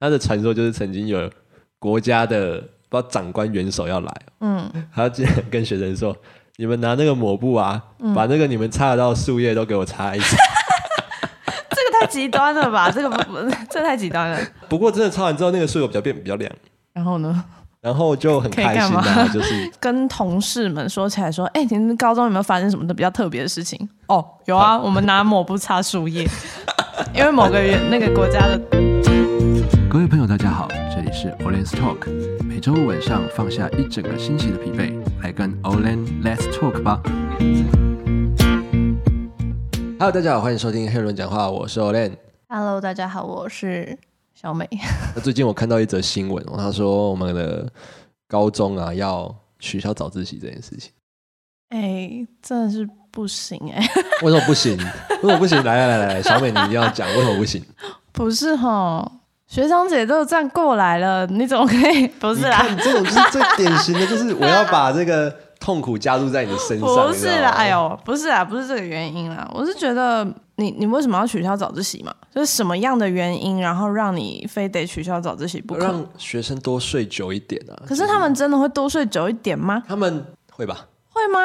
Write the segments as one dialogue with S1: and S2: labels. S1: 他的传说就是曾经有国家的不知道长官元首要来，哦
S2: 嗯，
S1: 他竟然跟学生说：“你们拿那个抹布啊，
S2: 嗯
S1: 把那个你们擦得到的树叶都给我擦一擦。
S2: 这个太极端了吧？这个不，不这个太极端了。”
S1: 不过真的擦完之后，那个树叶比较变比较亮，
S2: 然后呢，
S1: 然后就很开心
S2: 可以干
S1: 啊，
S2: 嘛
S1: 就是
S2: 跟同事们说起来说，哎、你们高中有没有发生什么的比较特别的事情？哦，有啊，我们拿抹布擦树叶， 因为某个原那个国家的
S3: 各位朋友，大家好，这里是 Olen's Talk，每周五晚上放下一整个星期的疲惫，来跟 Olen Let's Talk 吧。
S1: Hello，大家好，欢迎收听黑人讲话，我是 Olen。
S2: Hello，大家好，我是小美。
S1: 那最近我看到一则新闻，哦他说我们的高中啊要取消早自习这件事情，
S2: 哎、真的是不行哎、
S1: 为什么不行？为什么不行？来来来来，小美你一定要讲为什么不行？
S2: 不是哈，学长姐都这样过来了，你怎么可以？不
S1: 你
S2: 是啊啦，
S1: 看这种就是最典型的，就是我要把这个痛苦加入在你的身上，
S2: 不
S1: 你
S2: 是
S1: 知道
S2: 啦，
S1: 吗
S2: 哎，呦，不是啦，不是这个原因啦，我是觉得你你为什么要取消早自习嘛？就是什么样的原因，然后让你非得取消早自习不可？
S1: 让学生多睡久一点啊。
S2: 可是他们真的会多睡久一点吗？
S1: 他们会吧？
S2: 会吗？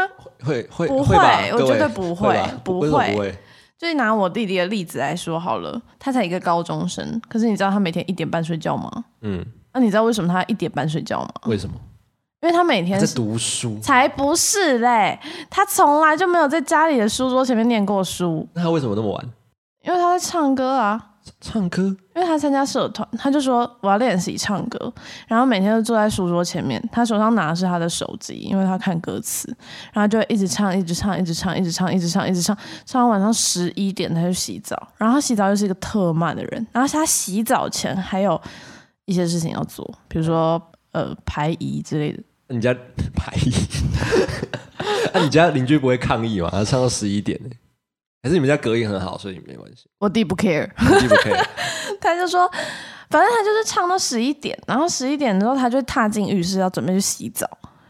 S1: 会会
S2: 不
S1: 会吧？
S2: 会我
S1: 各位
S2: 觉得不会
S1: 吧
S2: 不
S1: 为什么
S2: 会
S1: 不会。
S2: 就是拿我弟弟的例子来说好了，他才一个高中生，可是你知道他每天一点半睡觉吗？
S1: 嗯，
S2: 那、你知道为什么他一点半睡觉吗？
S1: 为什么？
S2: 因为他每
S1: 他
S2: 天
S1: 在
S2: 哦是
S1: 读书，
S2: 才不是嘞，他从来就没有在家里的书桌前面念过书，
S1: 那他为什么那么晚？
S2: 因为他在唱歌啊，
S1: 唱歌？
S2: 因为他参加社团，他就说我要练习唱歌，然后每天都坐在书桌前面，他手上拿的是他的手机，因为他看歌词，然后就一直唱，一直唱，一直唱，一直唱，一直唱，一直唱，唱到晚上十一点他就洗澡，然后他洗澡又是一个特慢的人，然后他洗澡前还有一些事情要做，比如说呃排遗之类的。
S1: 你家 排异？那、你家邻居不会抗议吗？他唱到十一点呢、还是你们家隔音很好，所以没关 系，
S2: 我弟不 care，
S1: 你不可以。
S2: 他就说，反正他就是唱到十一点，然后十一点之后他就踏进浴室要准备去洗澡，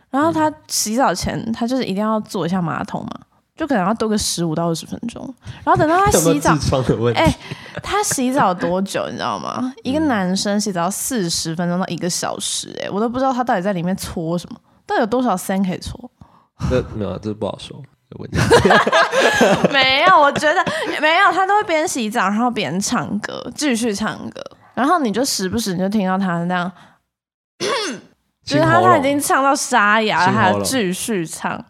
S2: 然后他洗澡前他就是一定要坐一下马桶嘛，就可能要多个十五到二十分钟，然后等到 他
S1: 有没
S2: 洗
S1: 有
S2: 澡
S1: 痔，疮的问题？
S2: 哎、他洗澡多久你知道吗？一个男生洗澡四十分钟到一个小时、哎，我都不知道他到底在里面搓什么，到底有多少三可以搓？
S1: 这没有，这不好说。这问题
S2: 没有，我觉得没有，他都会边洗澡然后边唱歌，继续唱歌，然后你就时不时你就听到他那样。就是
S1: 清
S2: 他
S1: 喉
S2: 他
S1: 咙
S2: 已经唱到沙哑了，
S1: 清喉
S2: 他还
S1: 咙
S2: 继续唱。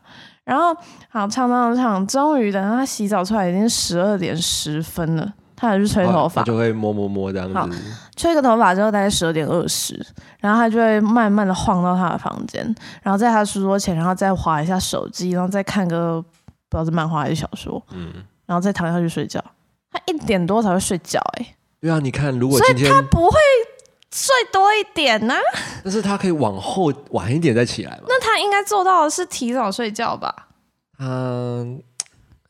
S2: 然后好唱唱唱，终于等到他洗澡出来已经十二点十分了，他还去吹头
S1: 我
S2: 发，
S1: 就会摸摸摸这样
S2: 好
S1: 子。
S2: 吹个头发之后大概十二点二十，然后他就会慢慢的晃到他的房间，然后在他书桌前，然后再划一下手机，然后再看个不知道是漫画还是小说，
S1: 嗯，
S2: 然后再躺下去睡觉。他一点多才会睡觉、哎，
S1: 对啊，你看，如果
S2: 所
S1: 今
S2: 以
S1: 天
S2: 他，不会睡多一点呢、
S1: 但是他可以往后晚一点再起来嘛。
S2: 那他应该做到的是提早睡觉吧？
S1: 嗯，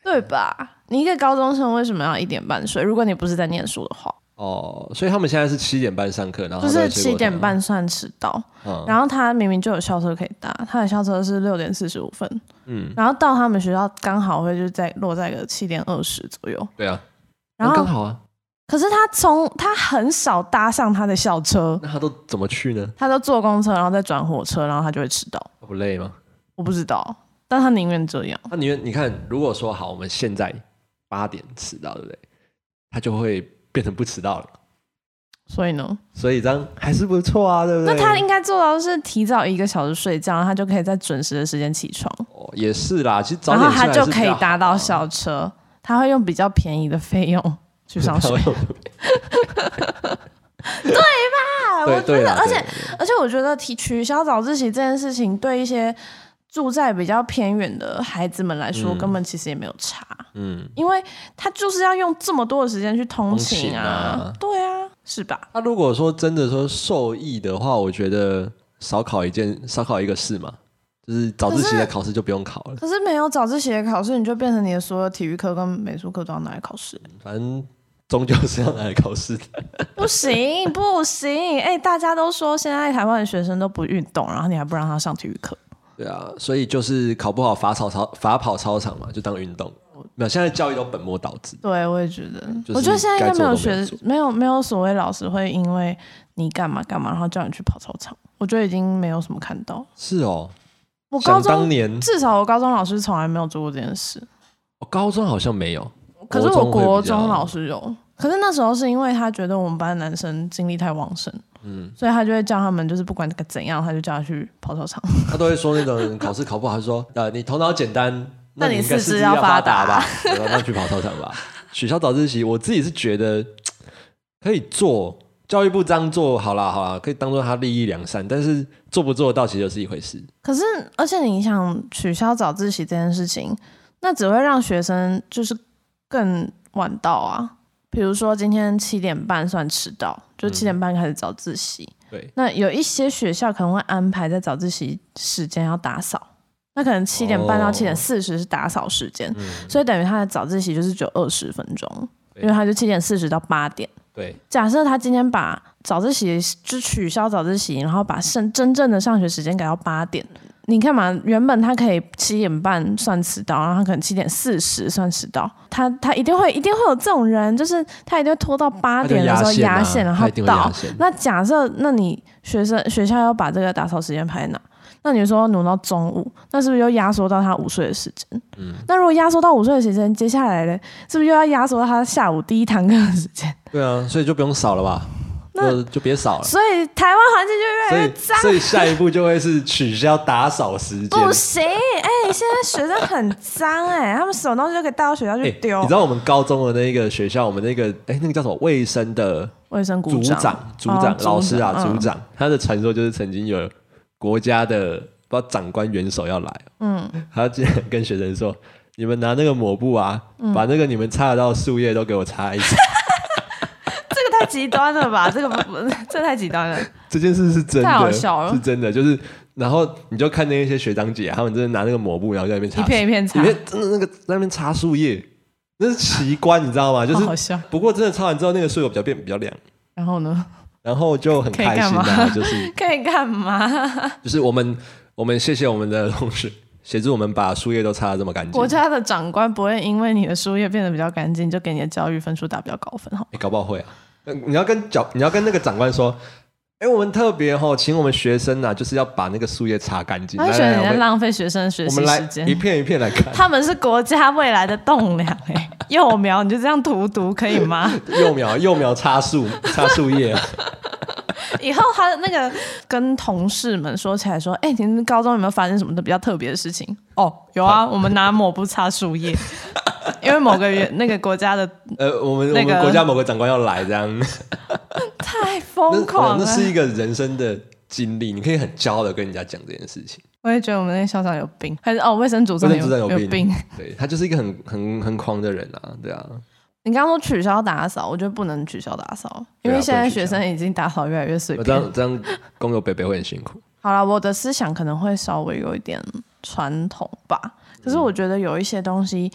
S2: 对吧？你一个高中生为什么要一点半睡？如果你不是在念书的话，
S1: 哦，所以他们现在是七点半上课，然后
S2: 就
S1: 他
S2: 是
S1: 啊在睡过
S2: 七点
S1: 头，
S2: 半算迟到，
S1: 嗯
S2: 然后他明明就有校车可以搭，他的校车是六点四十五分，
S1: 嗯，
S2: 然后到他们学校刚好会就在落在个七点二十左右，
S1: 对啊，
S2: 然
S1: 那刚
S2: 后
S1: 好啊，
S2: 可是他从他很少搭上他的校车，
S1: 那他都怎么去呢？
S2: 他都坐公车，然后再转火车，然后他就会迟到。
S1: 不累吗？
S2: 我不知道，但他宁愿这样。
S1: 那你你看，如果说好，我们现在八点迟到，对不对？他就会变成不迟到了，
S2: 所以呢，
S1: 所以这样 还是不错啊，对不
S2: 那
S1: 对？
S2: 他应该做到的是提早一个小时睡觉，然后他就可以在准时的时间起床。
S1: 哦也是啦，其实早
S2: 然
S1: 点
S2: 后
S1: 睡
S2: 他
S1: 还
S2: 就是可以
S1: 比较
S2: 搭
S1: 好
S2: 到
S1: 啊
S2: 校车，他会用比较便宜的费用 去上学。
S1: 对
S2: 我觉
S1: 对
S2: 得，
S1: 啦，
S2: 而且
S1: 对对
S2: 而且我觉得提取消早自习这件事情，对一些住在比较偏远的孩子们来说，
S1: 嗯
S2: 根本其实也没有差，
S1: 嗯，
S2: 因为他就是要用这么多的时间去通
S1: 通
S2: 勤
S1: 勤
S2: 啊
S1: 啊，
S2: 对啊，是吧？
S1: 那如果说真的说受益的话，我觉得少考一件，少考一个试嘛，就是早自习的考试就不用考了，
S2: 可是没有早自习的考试，你就变成你的所有体育课跟美术课都要拿来考试，
S1: 反正终究是要拿来考试的。
S2: 不行不行！哎、大家都说现在台湾的学生都不运动，然后你还不让他上体育课。
S1: 对啊，所以就是考不好罚跑操罚跑操场嘛，就当运动，没有，现在教育都本末倒置。
S2: 对，我也觉得，
S1: 嗯就是
S2: 我觉得现在应该没有学
S1: 该做，的
S2: 没有没有所谓老师会因为你干嘛干嘛，然后叫你去跑操场。我觉得已经没有什么看到。
S1: 是哦，
S2: 我高
S1: 想
S2: 中
S1: 当年，
S2: 至少我高中老师从来没有做过这件事，
S1: 我高中好像没有，
S2: 可是
S1: 国中
S2: 我
S1: 会比较
S2: 国中老师有。可是那时候是因为他觉得我们班男生精力太旺盛，
S1: 嗯，
S2: 所以他就会叫他们就是不管怎样，他就叫他去跑操场。
S1: 他都会说那种人考试考不好，他说 呃你头脑简单，
S2: 那
S1: 你
S2: 你
S1: 应该
S2: 四肢
S1: 肢
S2: 要
S1: 发
S2: 发
S1: 达
S2: 达
S1: 吧，我说 那去跑操场 吧。取消早自习，我自己是觉得可以做，教育部这样做好啦好啦，可以当做他利益良善，但是做不做得到其实就是一回事。
S2: 可是，而且你想取消早自习这件事情，那只会让学生就是更晚到啊。比如说今天七点半算迟到，就七点半开始早自习。
S1: 对，
S2: 那有一些学校可能会安排在早自习时间要打扫，那可能七点半到
S1: 哦
S2: 七点四十是打扫时间，
S1: 嗯，
S2: 所以等于他的早自习就是只有二十分钟，
S1: 对
S2: 因为他就七点四十到八点。
S1: 对，
S2: 假设他今天把早自习就取消早自习，然后把剩真正的上学时间改到八点，你看嘛，原本他可以七点半算迟到，然后他可能七点四十算迟到，他他一定会一定会有这种人，就是他一定会拖到八
S1: 他就
S2: 点的时候
S1: 压
S2: 压
S1: 线
S2: 线，
S1: 啊
S2: 然
S1: 他
S2: 后
S1: 一定会压
S2: 到
S1: 线。
S2: 那假设，那你学生学校要把这个打扫时间排哪？那你说挪到中午，那是不是又压缩到他午睡的时间？
S1: 嗯，
S2: 那如果压缩到午睡的时间，接下来嘞，是不是又要压缩到他下午第一堂课的时间？
S1: 对啊，所以就不用扫了吧，
S2: 那
S1: 就就别扫了。
S2: 所以台湾环境就越
S1: 所
S2: 来越
S1: 以，所以下一步就会是取消打扫时间。
S2: 不行。哎、现在学生很脏哎、他们什么东西都可以带到学校
S1: 哎
S2: 去丢。
S1: 你知道我们高中的那个学校，我们那个哎、那个叫什么卫生的
S2: 卫生股
S1: 组长，组长、
S2: 哦
S1: 老师啊，组
S2: 嗯
S1: 长，他的传说就是曾经有国家的不知道长官元首要来，嗯，他竟然跟学生说：“你们拿那个抹布啊，
S2: 嗯
S1: 把那个你们擦得到的树叶都给我擦一擦。
S2: 这个太极端了吧？这个不， 不这太极端了。
S1: 这件事是真的，
S2: 太好笑了
S1: 是真的，就是然后你就看那些学长姐，啊他们真的拿那个抹布，然后在那边擦，
S2: 一片一片擦
S1: 里面真的那个在那边擦树叶，那是奇观，你知道吗？就是
S2: 好好笑
S1: 不过真的擦完之后，那个树叶比较变比较凉，
S2: 然后呢？
S1: 然后就很
S2: 可以
S1: 开心
S2: 干
S1: 啊，
S2: 嘛
S1: 就是
S2: 可以干嘛？
S1: 就是我们我们谢谢我们的同事协助我们把树叶都擦得这么干净
S2: 国。家的长官不会因为你的书页变得比较干净，就给你的教育分数打比较高分，好吗？
S1: 哎、搞不好会啊！那你要跟教，你要跟那个长官说，哎、我们特别哈，请我们学生啊，就是要把那个树叶擦干净。
S2: 他
S1: 来
S2: 会觉得
S1: 来，
S2: 你在
S1: 我们
S2: 浪费学生的学
S1: 我
S2: 习
S1: 们
S2: 时
S1: 来一
S2: 间。
S1: 片一片来看。
S2: 他们是国家未来的栋梁哎、幼苗你就这样荼毒可以吗？
S1: 幼苗幼苗插 树插树叶，
S2: 以后他的那个跟同事们说起来说，哎、你们高中有没有发生什么的比较特别的事情？哦，有啊，我们拿抹布擦树叶， 因为某个原那个国家的
S1: 呃，我们、
S2: 那
S1: 我
S2: 个
S1: 们国家某个长官要来这样，
S2: 太
S1: 那
S2: 疯狂啊
S1: 那
S2: 了。
S1: 是一个人生的经历，你可以很骄傲的跟人家讲这件事情。
S2: 我也觉得我们那个校长有病，还是哦卫生组长
S1: 卫生组长有
S2: 有
S1: 病对他就是一个很很很狂的人啊，对啊，
S2: 你刚刚说取消打扫，我觉得不能取消打扫，因
S1: 对啊
S2: 为现
S1: 不能
S2: 在
S1: 取消
S2: 学生已经打扫越来越随
S1: 这
S2: 便。
S1: 样这样工友北北会很辛苦。
S2: 好了，我的思想可能会稍微有一点传统吧，可是我觉得有一些东西，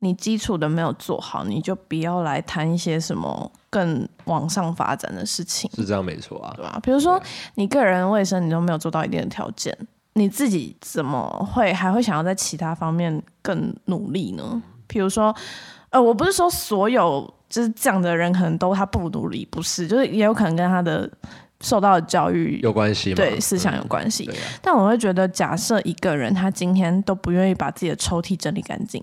S2: 你基础的没有做好，你就不要来谈一些什么更往上发展的事情。
S1: 是这样没错啊
S2: 对，吧？比如说你个人卫生你都没有做到一定的条件，你自己怎么会还会想要在其他方面更努力呢？比如说，呃，我不是说所有就是这样的人可能都他不努力，不是，就是也有可能跟他的受到的教育
S1: 有关系吗？
S2: 对思想
S1: 嗯
S2: 有关系。
S1: 对啊，
S2: 但我会觉得，假设一个人他今天都不愿意把自己的抽屉整理干净，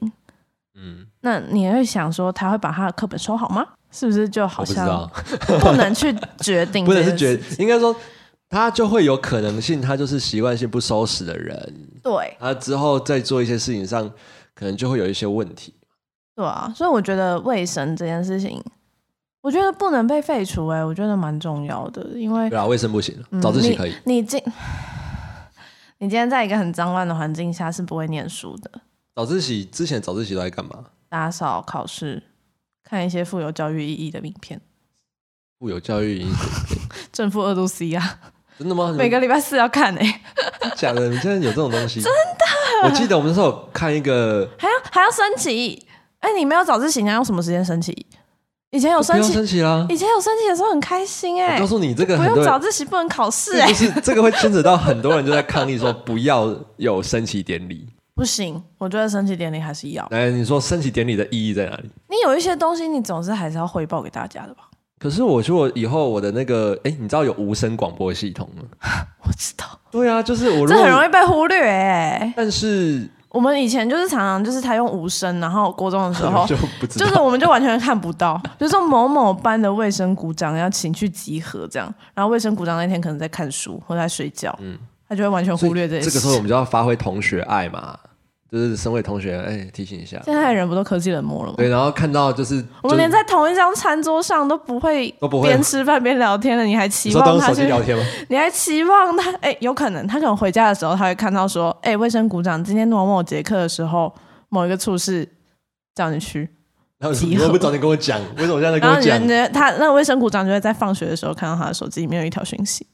S1: 嗯，
S2: 那你会想说他会把他的课本收好吗？是不是就
S1: 我
S2: 好
S1: 不知
S2: 像
S1: 道，
S2: 不能去 决定
S1: 不
S2: 这
S1: 能
S2: 件事情？
S1: 是觉得，应该说他就会有可能性，他就是习惯性不收拾的人，
S2: 对，
S1: 他之后在做一些事情上，可能就会有一些问题。
S2: 对啊，所以我觉得卫生这件事情，我觉得不能被废除、欸，我觉得蛮重要的，因为
S1: 对啊，卫生不行，
S2: 嗯
S1: 早自习可以。
S2: 你今 你今天在一个很脏乱的环境下是不会念书的，
S1: 早自习之前早自习都在干嘛？
S2: 打扫、考试、看一些富有教育意义的影片，
S1: 富有教育影响，
S2: 正负二度 C 啊，
S1: 真的吗？
S2: 每个礼拜四要看欸诶、
S1: 假的，你现在有这种东 西？真的？我记得我们那时候有看一个，
S2: 还要还要升旗，哎、你没有早自习，你要用什么时间升旗？以前有
S1: 不
S2: 升
S1: 用
S2: 旗，
S1: 升旗啦。
S2: 以前有升旗的时候很开心哎、
S1: 我告诉你，这个
S2: 不
S1: 很
S2: 用
S1: 多
S2: 早
S1: 人
S2: 自习不能考试
S1: 这
S2: 哎、
S1: 就是这个会牵扯到很多人就在抗议说不要有升旗典礼。
S2: 不行，我觉得升旗典礼还是要。
S1: 哎，你说升旗典礼的意义在哪里？
S2: 你有一些东西，你总是还是要汇报给大家的吧？
S1: 可是我如果以后我的那个，哎，你知道有无声广播系统吗？
S2: 我知道，
S1: 对啊，就是我如
S2: 这
S1: 果
S2: 很容易被忽略哎、
S1: 但是
S2: 我们以前就是常常就是他用无声，然后国中的时候
S1: 就不知
S2: 哦就
S1: 道，
S2: 是我们就完全看不到，比如说某某班的卫生股长要请去集合这样，然后卫生股长那天可能在看书或在睡觉，他就会完全
S1: 嗯所以
S2: 忽略这些
S1: 这
S2: 事
S1: 个时候我们就要发挥同学爱嘛，就是身为同学，哎，提醒一下。
S2: 现在的人不都科技冷漠了吗？
S1: 对，然后看到就是
S2: 我们连
S1: 就是
S2: 在同一张餐桌上都不会
S1: 都不会
S2: 边吃饭边聊天了，你还期
S1: 你说当
S2: 望
S1: 手
S2: 他
S1: 机
S2: 去
S1: 聊天 吗？
S2: 你还期望他？哎、有可能他可能回家的时候，他会看到说，哎、卫生股长今天某某节课的时候，某一个处室叫你去，
S1: 然后
S2: 集合
S1: 你为什么不早点跟我讲？为什么现在在跟
S2: 然后
S1: 我
S2: 你就
S1: 讲
S2: 觉？得他那个卫生股长就会在放学的时候看到他的手机里面有一条讯息，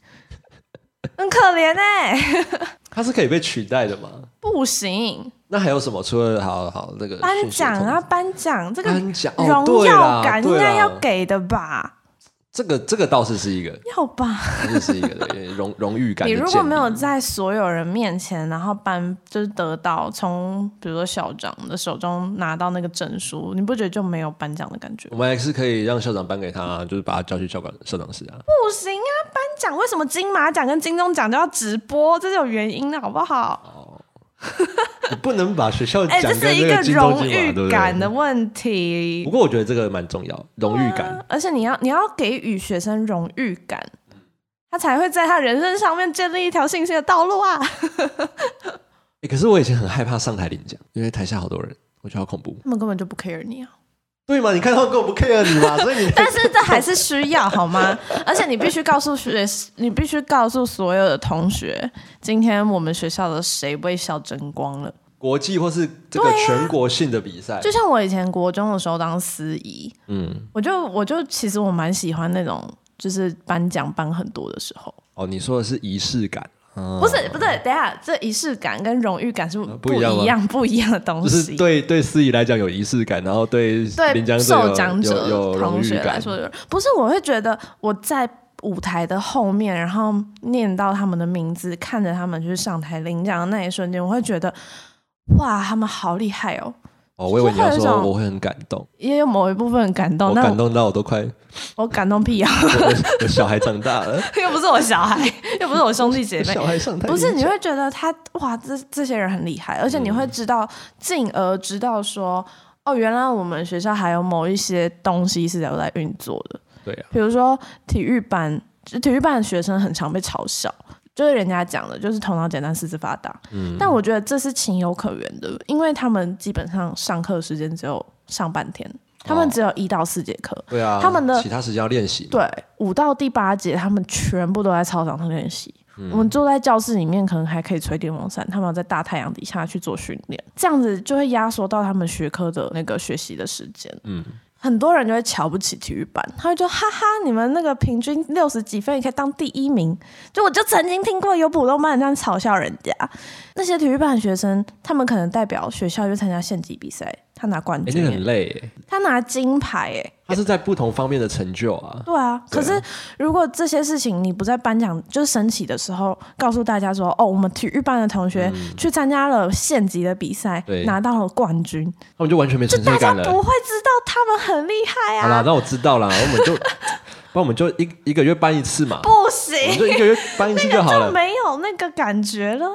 S2: 很可怜哎、
S1: 它是可以被取代的吗？
S2: 不行，
S1: 那还有什么？除了好好那个
S2: 颁
S1: 讯息
S2: 奖
S1: 通知
S2: 啊，颁奖这个
S1: 颁奖哦
S2: 荣
S1: 对
S2: 耀
S1: 啦
S2: 感应
S1: 对
S2: 该
S1: 啦
S2: 要给的吧？
S1: 这个这个倒是是一个，
S2: 要吧？
S1: 这是一个 对荣荣誉感
S2: 你
S1: 的建立。
S2: 如果没有在所有人面前，然后颁就是得到从比如说校长的手中拿到那个证书，你不觉得就没有颁奖的感觉吗？
S1: 我们还是可以让校长颁给他、啊就是把他叫去校长校长室啊。
S2: 不行啊，颁奖为什么金马奖跟金钟奖都要直播？这是有原因的好不好？
S1: 你 不能把学校
S2: 哎、
S1: 奖
S2: 这
S1: 跟
S2: 是一
S1: 呃那
S2: 个
S1: 金钟
S2: 荣
S1: 金马，对不
S2: 誉感的
S1: 对？
S2: 问
S1: 不
S2: 题。
S1: 过我觉得这个蛮重要，荣誉感。
S2: 而且你要你要给予学生荣誉感，他才会在他人生上面建立一条信心的道路啊。
S1: 哎可是我以前很害怕上台领奖，因为台下好多人，我觉得好恐怖。
S2: 他们根本就不 care 你啊。
S1: 对嘛？你看他们根本不 care 你 嘛，所以你
S2: 但是这还是需要好吗？而且你必须告诉学，你必须告诉所有的同学，今天我们学校的谁为校争光了。
S1: 国际或是这个全国性的比赛，
S2: 啊就像我以前国中的时候当司仪，
S1: 嗯，
S2: 我就我就其实我蛮喜欢那种就是颁奖颁很多的时候，
S1: 哦，你说的是仪式感，嗯
S2: 不是不对，等一下这仪式感跟荣誉感是
S1: 呃不
S2: 不
S1: 一样吗
S2: 一样不一样的东
S1: 就
S2: 西。
S1: 是对对司仪来讲有仪式感，然后对领奖
S2: 对
S1: 者有
S2: 受奖者
S1: 有有荣
S2: 同
S1: 誉
S2: 学来
S1: 感。
S2: 说有，不是我会觉得我在舞台的后面，然后念到他们的名字，看着他们去上台领奖的那一瞬间，我会觉得哇，他们好厉害哦！
S1: 哦，我以为你要
S2: 就会有一
S1: 说
S2: 种哦
S1: 我会很感动，
S2: 也有某一部分感动，
S1: 我
S2: 但
S1: 感动到我都快
S2: 我感动屁啊！
S1: 我我 我小孩长大了，
S2: 又不是我小孩，又不是我兄弟姐妹
S1: 小，孩上台
S2: 不是，
S1: 领
S2: 你
S1: 奖
S2: 会觉得他哇，这这些人很厉害，而且你会
S1: 嗯
S2: 知道，进而知道说，哦，原来我们学校还有某一些东西是有在运作的，
S1: 对啊，
S2: 比如说体育班，就体育班的学生很常被嘲笑。就是人家讲的，就是头脑简单，四肢发达。
S1: 嗯
S2: 但我觉得这是情有可原的，因为他们基本上上课时间只有上半天，他们
S1: 哦
S2: 只有一到四节课，
S1: 对啊，
S2: 他们的
S1: 其他时间要练习嘛，
S2: 对，五到第八节他们全部都在操场上练习。
S1: 嗯
S2: 我们坐在教室里面，可能还可以吹电风扇，他们要在大太阳底下去做训练，这样子就会压缩到他们学科的那个学习的时间。
S1: 嗯
S2: 很多人就会瞧不起体育班，他会说：“哈哈，你们那个平均六十几分，也可以当第一名。”就我就曾经听过有普通班的这样嘲笑人家。那些体育班的学生，他们可能代表学校去参加县级比赛，他拿冠
S1: 哎，
S2: 军
S1: 那个
S2: 耶、
S1: 很累耶，
S2: 他拿金牌、耶。
S1: 他是在不同方面的成就啊，
S2: 对啊，
S1: 对
S2: 可
S1: 啊
S2: 是如果这些事情你不在颁奖就是升旗的时候告诉大家说，哦，我们体育班的同学去参加了县级的比赛，
S1: 嗯对
S2: 拿到了冠军，
S1: 他们就完全没
S2: 就
S1: 成
S2: 大
S1: 就
S2: 家
S1: 感了。
S2: 不会知道他们很厉害
S1: 好啦，
S2: 啊，
S1: 那我知道啦，我们就 不然我们就一一个月搬一次嘛，
S2: 不
S1: 我们
S2: 行，
S1: 就一个月搬一次哦就好
S2: 就
S1: 了。
S2: 没有那个感觉了啊。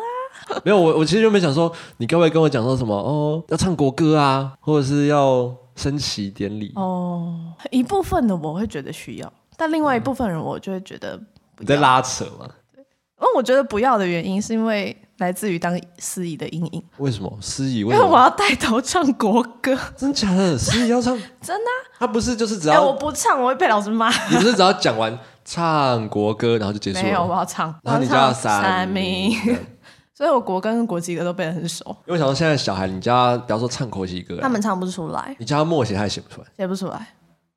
S1: 没有，我我其实就没想说，你各位跟我讲说什么哦，要唱国歌啊，或者是要升旗典礼。
S2: 哦，一部分的我会觉得需要，但另
S1: 嗯
S2: 外一部分人我就会觉得不
S1: 你在
S2: 要，
S1: 拉扯吗？
S2: 因为我觉得不要的原因是因为来自于当司仪的阴影，
S1: 为什么司仪？
S2: 因
S1: 为
S2: 为
S1: 什
S2: 我
S1: 么？
S2: 要带头唱国歌，
S1: 真假的？司仪要唱？
S2: 真的啊、
S1: 他不是就是只
S2: 哎、
S1: 要、
S2: 我不唱我会被老师骂。
S1: 你不是只要讲完唱国歌，然后就结束
S2: 没有，我
S1: 了？
S2: 要唱，
S1: 然后你
S2: 我
S1: 就要
S2: 唱三
S1: 民。
S2: 民， 所以我国歌跟国旗歌都背得很熟，
S1: 因为我想到现在小孩，你叫他不要说唱国旗歌啊，
S2: 他们唱不出来，
S1: 你叫他默写，他也写不出来。
S2: 写不出来，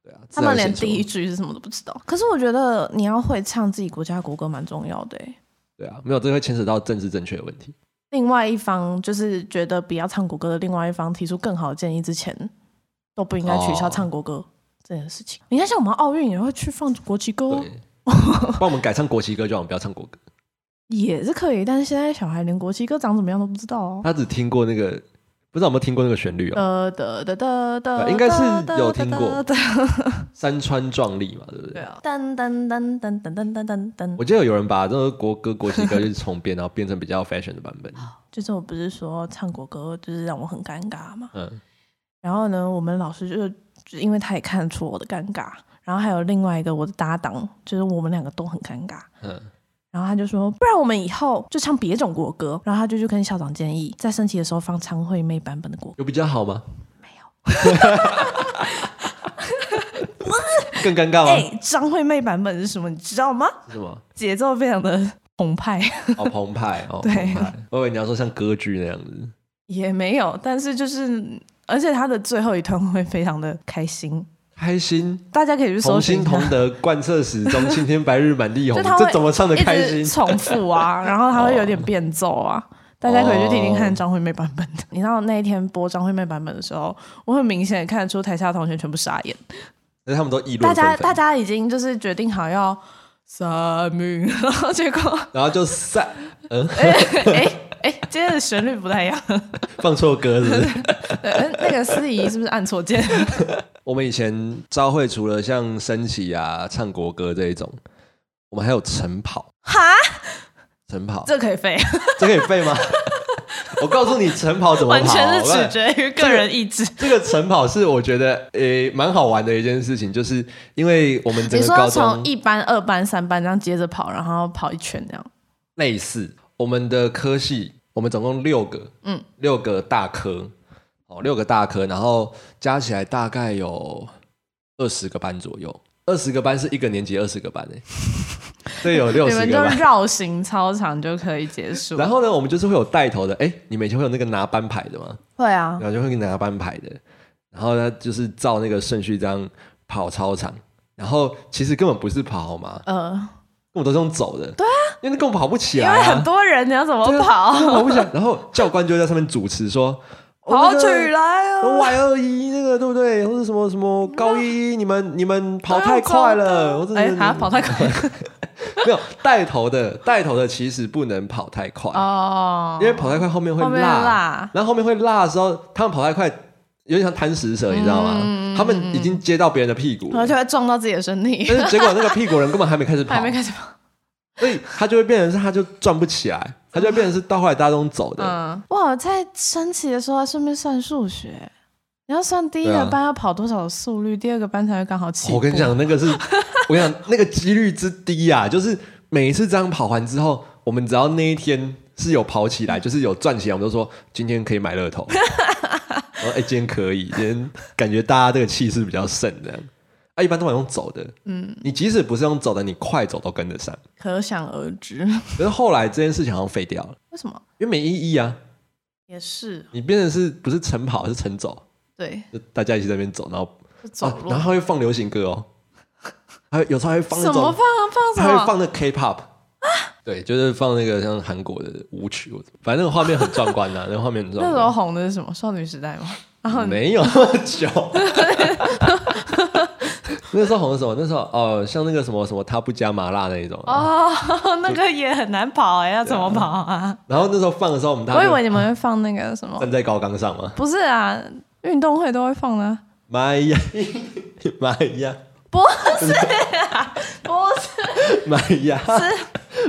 S1: 对啊，
S2: 他们
S1: 自然
S2: 连
S1: 写出来
S2: 第一句是什么都不知道。可是我觉得你要会唱自己国家国歌蛮重要的欸、
S1: 对啊，没有这会牵扯到政治正确的问题。
S2: 另外一方就是觉得不要唱国歌的另外一方提出更好的建议之前，都不应该取消
S1: 哦
S2: 唱国歌这件事情。你看，像我们奥运也会去放国旗歌哦、
S1: 对，帮我们改唱国旗歌就好，我们不要唱国歌。
S2: 也是可以，但是现在小孩连国旗歌长怎么样都不知道哦。
S1: 他只听过那个，不知道有没有听过那个旋律哦，
S2: 的的的的的，
S1: 对呃应该是有听过
S2: 哒哒哒哒
S1: 山川壮丽》嘛，对不对？
S2: 嗯对啊，噔噔噔噔噔噔噔噔噔。
S1: 我记得有人把这个国歌、国旗歌就是重编，然后变成比较 fashion 的版本。
S2: 就是我不是说唱国歌就是让我很尴尬嘛，
S1: 嗯，
S2: 然后呢，我们老师就是就是因为他也看出我的尴尬，然后还有另外一个我的搭档，就是我们两个都很尴尬。
S1: 嗯
S2: 然后他就说，不然我们以后就唱别种国歌。然后他就去跟校长建议，在升旗的时候放昌惠妹版本的国歌。
S1: 有比较好吗？
S2: 没有。
S1: 更尴尬
S2: 哎、
S1: 吗？
S2: 张惠妹版本是什么？你知道吗？
S1: 是什么？
S2: 节奏非常的澎湃，
S1: 哦，澎湃哦，澎
S2: 对
S1: 湃。我以为你要说像歌剧那样子，
S2: 也没有，但是就是，而且他的最后一段会非常的开心，
S1: 开心。
S2: 大家可以去搜
S1: 同
S2: 寻
S1: 心
S2: 一下
S1: 同德，贯彻始终，青天白日满地红
S2: 就他，会
S1: 这怎么唱的
S2: 一
S1: 开
S2: 直
S1: 心？哦
S2: 重 复啊，然后它会有点变奏啊。大家可以去听听看张惠妹版本的。你知道那一天播张惠妹版本的时候，我很明显地看得出台下同学全部傻眼，
S1: 但是他们都议
S2: 大
S1: 论纷
S2: 家
S1: 纷，
S2: 大家已经就是决定好要三命，然后 结果
S1: 然后就散，嗯，
S2: 哎哎哎，今天的旋律不太一样，
S1: 放错歌是不是？
S2: 对哎那个司仪是不是按错键？
S1: 我们以前招会除了像升旗啊、唱国歌这一种，我们还有晨跑，
S2: 哈，
S1: 晨跑
S2: 这可 以废，
S1: 这可以背吗？我告诉你，晨跑怎么跑，
S2: 完全
S1: 我告诉
S2: 是取
S1: 你
S2: 决于个人意志。
S1: 这个晨跑是我觉得诶蛮好玩的一件事情，就是因为我们整
S2: 你
S1: 个
S2: 说
S1: 高
S2: 从
S1: 中
S2: 一班、二班、三班这样接着跑，然后跑一圈这样，
S1: 类似我们的科系，我们总共六个，
S2: 嗯
S1: 嗯，六个大科，哦，六个大科，然后加起来大概有二十个班左右，二十个班是一个年级二十个班 诶，对，有六
S2: 你
S1: 十
S2: 们
S1: 个
S2: 就
S1: 班。
S2: 绕行操场就可以结束。
S1: 然后呢，我们就是会有带头的，哎，你们以前会有那个拿班牌的吗？
S2: 会啊
S1: 然，后就会拿班牌的，然后呢就是照那个顺序这样跑操场，然后其实根本不是跑好吗？
S2: 呃，
S1: 根本都是用走的，对啊，因为那根本跑不起
S2: 因
S1: 嗯来、啊，
S2: 为很多人，你要怎么
S1: 对啊
S2: 跑？
S1: 根本跑不起来。然后教官就会在上面主持说，哦
S2: 跑起
S1: 去了。
S2: 来啊！
S1: Y 二一那个对不对，或者什么什么高一，你们你们跑太快了，或者是
S2: 哎，
S1: 你
S2: 好，跑太快
S1: 没有带头的，带头的其实不能跑太快，
S2: 哦，
S1: 因为跑太快后面会
S2: 后面会辣
S1: 然后后面会辣的时候，他们跑太快，有点像贪食蛇，你知道
S2: 嗯
S1: 吗？他们已经接到别人的屁股
S2: 然后
S1: 了，
S2: 就会撞到自己的身体，
S1: 但是结果那个屁股人根本还没开始
S2: 还
S1: 跑
S2: 没，开始跑。
S1: 所以他就会变成是他就转不起来，他就会变成是到后来大家都用走的。
S2: 嗯，哇，在升旗的时候还顺便算数学，你要算第一
S1: 对
S2: 个
S1: 啊
S2: 班要跑多少速率，第二个班才会刚好起。
S1: 我跟你，讲，那 个是我跟你讲那个几率之低啊，就是每一次这样跑完之后，我们只要那一天是有跑起 来，就是有转起来，我们都说今天可以买乐透。然后哎、今天可以，今天感觉大家这个气势比较盛，这样。啊，一般都蛮用走的，嗯，你即使不是用走的，你快走都跟得上。
S2: 可想而知，
S1: 可是后来这件事情好像废掉了，
S2: 为什么？
S1: 因为没意义啊。
S2: 也是
S1: 你变成是不是晨跑是晨走，
S2: 对，
S1: 就大家一起在那边走，然后
S2: 就走
S1: 哦
S2: 路
S1: 然后他会放流行歌哦，还有有时候还会放那
S2: 怎么
S1: 种
S2: 放啊放
S1: 他
S2: 什
S1: 会
S2: 么？
S1: 放那 K-pop，对，
S2: 啊
S1: 就是放那个像韩国的舞曲，我反正那个画面很壮观啊 呐、那个画面很
S2: 那
S1: 壮
S2: 时候啊
S1: 观。嗯
S2: 红的是什么？少女时代吗？
S1: 没有那么久， 那时候红的什么？那时候哦，像那个什么什么，他不加麻辣那一种。
S2: 哦， 那个也很难跑哎、要怎么跑啊？
S1: 然后那时候放的时候，我们大
S2: 我
S1: 家
S2: 以
S1: 就啊
S2: 为你们会放那个什么，
S1: 站在高岗上嘛，
S2: 不是啊，运动会都会放 的啊、
S1: 妈呀，妈呀，
S2: 不是啊，不是，
S1: 妈呀，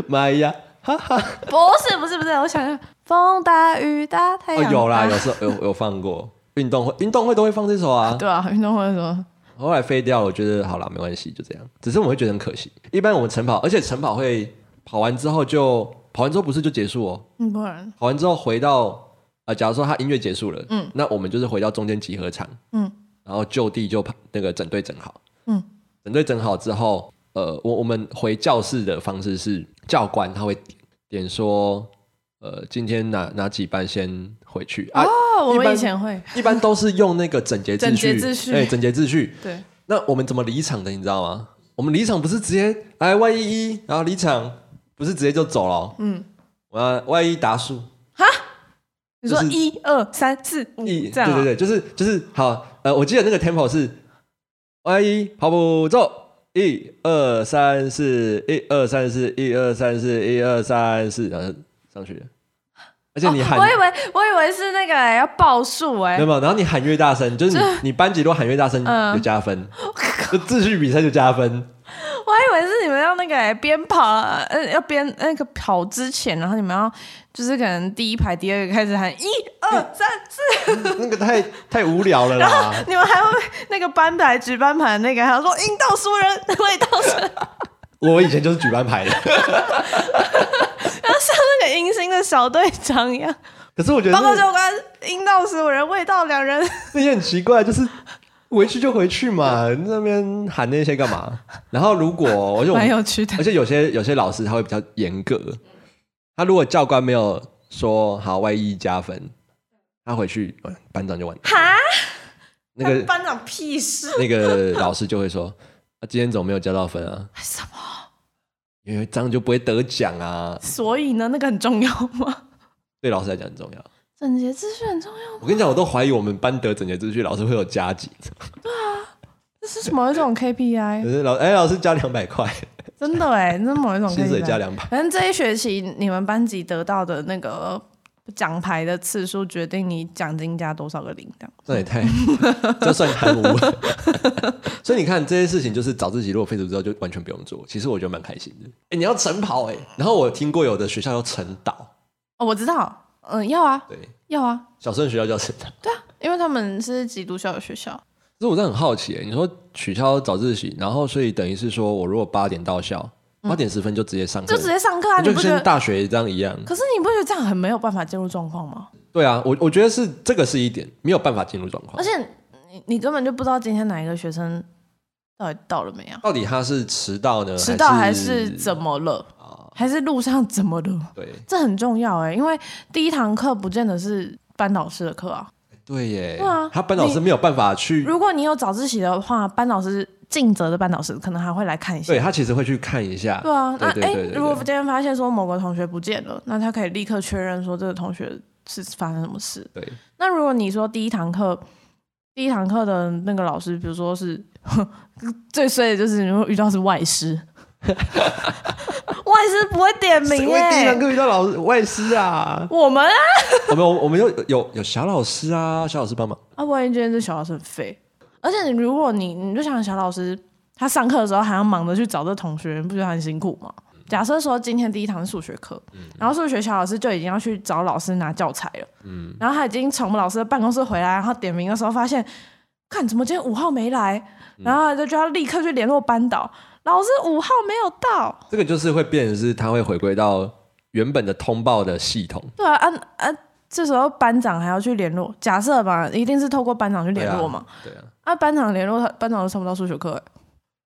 S1: 妈呀，哦
S2: 不是，不是，不是，我想想，风大雨大太
S1: 哦
S2: 阳、大
S1: 有啦，有时候有有放过运动会，运动会都会放这首啊。
S2: 对啊，运动会的时候，
S1: 后来飞掉，我觉得好啦，没关系，就这样。只是我会觉得很可惜。一般我们晨跑，而且晨跑会跑完之后就跑完之后不是就结束哦，
S2: 嗯，不然
S1: 跑完之后回到啊、呃假如说他音乐结束了，嗯，那我们就是回到中间集合场，
S2: 嗯，
S1: 然后就地就那个整队整好，
S2: 嗯，
S1: 整队整好之后，呃，我我们回教室的方式是教官他会点点说，呃，今天哪哪几班先回去啊？
S2: 哦，我
S1: 一
S2: 们
S1: 般
S2: 以前会，
S1: 一般都是用那个整洁秩序，
S2: 整洁秩序
S1: 哎，整洁秩序，
S2: 对，
S1: 那我们怎么离场的？你知道吗？我们离场不是直接来 Y 一一，然后离场不是直接就走了、
S2: 嗯，
S1: 我要 Y 一打数
S2: 你说
S1: 就是
S2: 一二三四五
S1: 一，
S2: 这样、啊，
S1: 对对对，就是就是好。呃，我记得那个 tempo 是 Y 一跑步走，一一二三四，一二三四，一二三四，一二三四，然后上去了。而且你喊，
S2: 哦我以为我以为是那个、欸、要报数哎、
S1: 对吗？然后你喊越大声，就是你你班级都喊越大声
S2: 嗯
S1: 就加 分，就秩序比赛就加分。
S2: 我还以为是你们要那个、欸、边跑，呃，要边那个跑之前，然后你们要就是可能第一排、第二个开始喊一二三四，
S1: 那个太太无聊了 啦。
S2: 你们还会那个班牌、举班牌那个，还要说引导熟人、 味道熟人，
S1: 我以前就是举班牌的，
S2: 然后像那个迎新的小队长一样，
S1: 可是我觉得
S2: 报告
S1: 那
S2: 教官，引导熟人，味道两人。
S1: 那些很奇怪，就是回去就回去嘛，那边喊那些干嘛？然后如果而且我
S2: 蛮
S1: 们
S2: 有趣的
S1: 而。且有些有些老师他会比较严格，他如果教官没有说好万一加分，他回去、呃班长就完了。
S2: 哈，
S1: 那个
S2: 班长屁事？
S1: 那个老师就会说，啊、今天怎么没有加到分啊？
S2: 哎什么？
S1: 因为这样就不会得奖啊。
S2: 所以呢，那个很重要 吗？
S1: 对老师来讲很重要。
S2: 整洁秩序很重要吗？
S1: 我跟你讲，我都怀疑我们班得整洁秩序老师会有加级，
S2: 这是某一种
S1: 可
S2: KPI，
S1: 是老哎、老师加两百块，
S2: 真的哎、这是某一种 KPI。
S1: 薪水加两百。
S2: 反正这一学期你们班级得到的那个奖牌的次数，决定你奖金加多少个零这样。
S1: 那也太，这算贪污。 所以你看这些事情，就是早自习如果废除之后，就完全不用做。其实我觉得蛮开心的。哎、你要晨跑哎、然后我听过有的学校要晨导，
S2: 哦，我知道，嗯，要啊，
S1: 对，
S2: 要啊，
S1: 小生学校叫晨导。
S2: 对啊，因为他们是基督教的学校，
S1: 可是我真的很好奇、欸，你说取消早自习，然后所以等于是说我如果八点到校，八点十分就直接上课，
S2: 嗯就直接上课啊，
S1: 那
S2: 你
S1: 就
S2: 不觉
S1: 跟
S2: 得？
S1: 大学这样一样。
S2: 可是你不觉得这样很没有办法进入状况吗？
S1: 对啊，我我觉得是这个是一点没有办法进入状况
S2: 而。且你你根本就不知道今天哪一个学生到底到了没啊，
S1: 到底他是迟到呢，
S2: 迟到还是
S1: 呃是
S2: 怎么了，
S1: 啊？
S2: 还是路上怎么了？
S1: 对
S2: 这很重要哎、因为第一堂课不见得是班导师的课啊，
S1: 对耶，
S2: 对啊
S1: 他班导师没有办法去
S2: 如果你有早自习的话，班老师尽责的班老师可能还会来看一下
S1: 对。他其实会去看一下，
S2: 对啊，那
S1: 对对
S2: 哎
S1: 对对，对
S2: 如果今天发现说某个同学不见了，那他可以立刻确认说这个同学是发生什么事。
S1: 对，
S2: 那如果你说第一堂课，第一堂课的那个老师，比如说是 最衰的就是你会遇到是外师， 外师不会点
S1: 谁
S2: 名
S1: 会第一
S2: 哎、？
S1: 堂课遇到老师外师啊
S2: 我们啊，
S1: 我们我们有有有小老师啊，小老师帮忙，
S2: 啊，万一今天这小老师很废，而且你如果你你就想小老师，他上课的时候还要忙着去找这同学，不觉得很辛苦吗？假设说今天第一堂是数学课，
S1: 嗯
S2: 然后数学小老师就已经要去找老师拿教材了，
S1: 嗯
S2: 然后他已经从老师的办公室回来，然后点名的时候发现，看怎么今天五号没来，
S1: 嗯
S2: 然后他就就要立刻去联络班导，老师五号没有到，
S1: 这个就是会变成是他会回归到原本的通报的系统，
S2: 对啊，啊啊，这时候班长还要去联络，假设吧，一定是透过班长去
S1: 对
S2: 联
S1: 啊
S2: 络嘛，，
S1: 对啊。
S2: 啊班长联络他，班长都上不到数学课、欸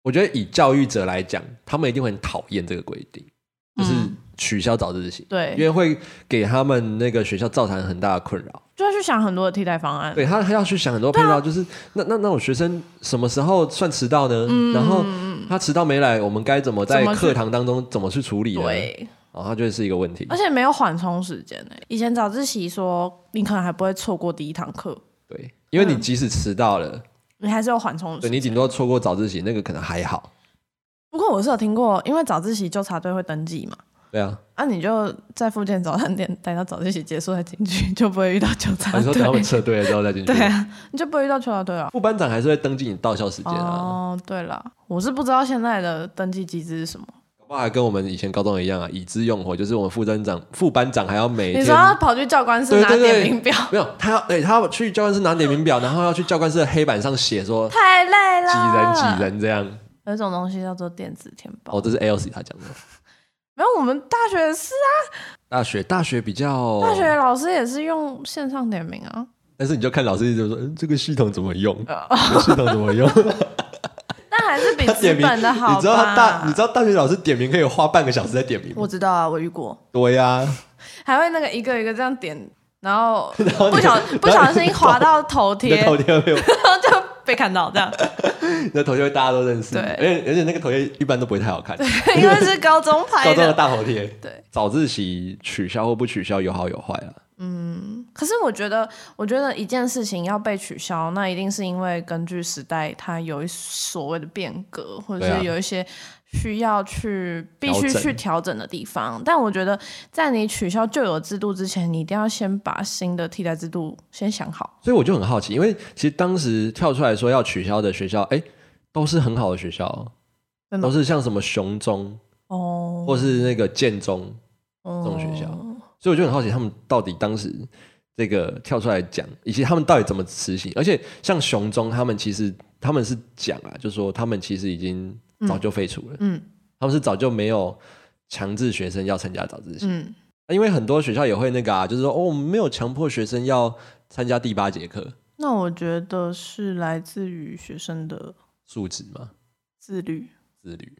S1: 我觉得以教育者来讲，他们一定会很讨厌这个规定，就是
S2: 嗯
S1: 取消早自习，
S2: 对，
S1: 因为会给他们那个学校造成很大的困扰。
S2: 就要去想很多的替代方 案。
S1: 对他，他要去想很多
S2: 啊
S1: 配套，就是那那那我学生什么时候算迟到呢？然后他迟到没来，我们该怎么在
S2: 嗯怎么去
S1: 课堂当中怎么去处理呢？
S2: 对，
S1: 哦，它就会是一个问题
S2: 而。且没有缓冲时间呢、以前早自习说你可能还不会错过第一堂课，
S1: 对，因为你即使迟到了，
S2: 你还是有缓冲的
S1: 对
S2: 时
S1: 你
S2: 间。
S1: 顶多错过早自习，那个可能还好。
S2: 不过我是有听过，因为早自习纠察队会登记嘛，
S1: 对 啊，
S2: 啊，你就在附近早餐店待到早自习结束再进去， 就不会遇到纠察
S1: 啊你说 等他们
S2: 队。
S1: 撤队了之后再进去。
S2: 对啊，你就不会遇到纠察队了。
S1: 副班长还是会登记你到校时间啊，
S2: 哦，对了，我是不知道现在的登记机制是什么。
S1: 搞不好还跟我们以前高中一样啊，以资用火，就是我们副班长、副班长还要每
S2: 你
S1: 天
S2: 说要跑去教官室
S1: 对
S2: 拿
S1: 对对
S2: 点名表，
S1: 没有，他要哎对他要去教官室拿点名表，然后要去教官室的黑板上写说几
S2: 太累了。
S1: 人几？人这样。
S2: 有一种东西叫做电子填报。
S1: 哦，这是 Elsie 他讲的。
S2: 没有，我们大学是啊，
S1: 大学大学比较
S2: 大学，老师也是用线上点名啊。
S1: 但是你就看老师一直说，嗯，这个系统怎么 用？这个系统怎么用？
S2: 但还是比
S1: 他
S2: 纸
S1: 点名，
S2: 本的好吧？
S1: 你知道他大，你知道大学老师点名可以花半个小时在点名吗，
S2: 我知道啊，我遇过，
S1: 对呀、
S2: 还会那个一个一个这样点，然后
S1: 后你
S2: 不
S1: 然
S2: 小
S1: 后你
S2: 不小心滑到头
S1: 你
S2: 贴，
S1: 的
S2: 然
S1: 头贴会有，
S2: 后就被看到这样，
S1: 你的头贴大家都认识，
S2: 对
S1: 而且而且那个头贴一般都不会太好看，
S2: 因为是高中拍
S1: 高中的
S2: 的。
S1: 大头贴。
S2: 对，
S1: 早自习取消或不取消有好有坏啊，
S2: 可是我觉得，我觉得一件事情要被取消，那一定是因为根据时代它有一所谓的变革，或者
S1: 对啊
S2: 是有一些需要去必
S1: 调
S2: 须
S1: 整
S2: 去调整的地方。但我觉得，在你取消旧有制度之前，你一定要先把新的替代制度先想好。
S1: 所以我就很好奇，因为其实当时跳出来说要取消的学校，哎，都是很好的学校哦，
S2: 真的
S1: 都
S2: 吗
S1: 是像什么雄中
S2: 哦，
S1: 或是那个建中，
S2: 这
S1: 种学校所以我就很好奇他们到底当时这个跳出来讲，以及他们到底怎么执行。而且像雄中，他们其实他们是讲啊，就说他们其实已经早就废除了，
S2: 嗯
S1: 他们是早就没有强制学生要参加早自习。
S2: 嗯，
S1: 那因为很多学校也会那个啊，就是说哦，我们没有强迫学生要参加第八节课
S2: 那我觉得是来自于学生的
S1: 素质嘛，
S2: 自律。
S1: 自律。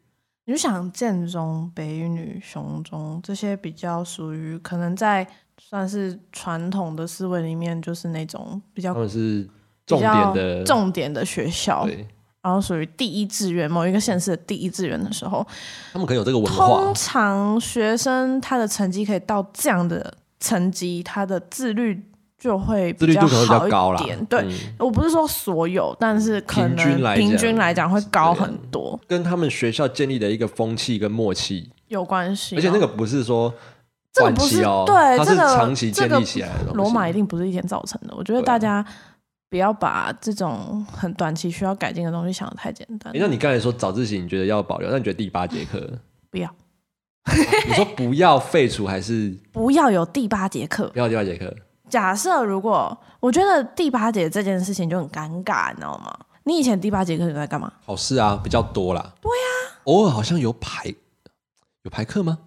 S2: 你就想建中、北一女、雄中这些比较属于可能在算是传统的思维里面，就是那种比较
S1: 他们是
S2: 比
S1: 哦重点
S2: 较
S1: 的
S2: 重点的学校，
S1: 对，
S2: 然后属于第一志愿某一个县市的第一志愿的时候，
S1: 他们可能有这个文化
S2: 通，常学生他的成绩可以到这样的成绩，他的自律就会
S1: 自律度可能比较高
S2: 好
S1: 啦
S2: 一点。对，
S1: 嗯
S2: 我不是说所有，但是可
S1: 平
S2: 能
S1: 均来讲
S2: 平均来讲会高
S1: 这样
S2: 很多，
S1: 跟他们学校建立的一个风气跟默契，
S2: 有关系啊。
S1: 而且那个不是说
S2: 这个
S1: 短
S2: 不
S1: 期
S2: 是
S1: 哦，
S2: 对
S1: 它是
S2: 这个
S1: 长期建
S2: 这
S1: 立
S2: 个
S1: 起来的东西。
S2: 罗马一定不是一天造成的。我觉得
S1: 对啊
S2: 大家不要把这种很短期需要改进的东西想得太简单
S1: 诶。那你刚才说早自习，你觉得要保留？那你觉得第八节课，
S2: 不要
S1: 你说不要废除还是
S2: 不要有第八节课
S1: 不。要第八节课？
S2: 假设如果我觉得第八节这件事情就很尴尬，你知道吗？你以前第八节课你都在干嘛？
S1: 考试啊，比较多啦。对呀、
S2: 啊
S1: 偶尔好像有排有排课吗？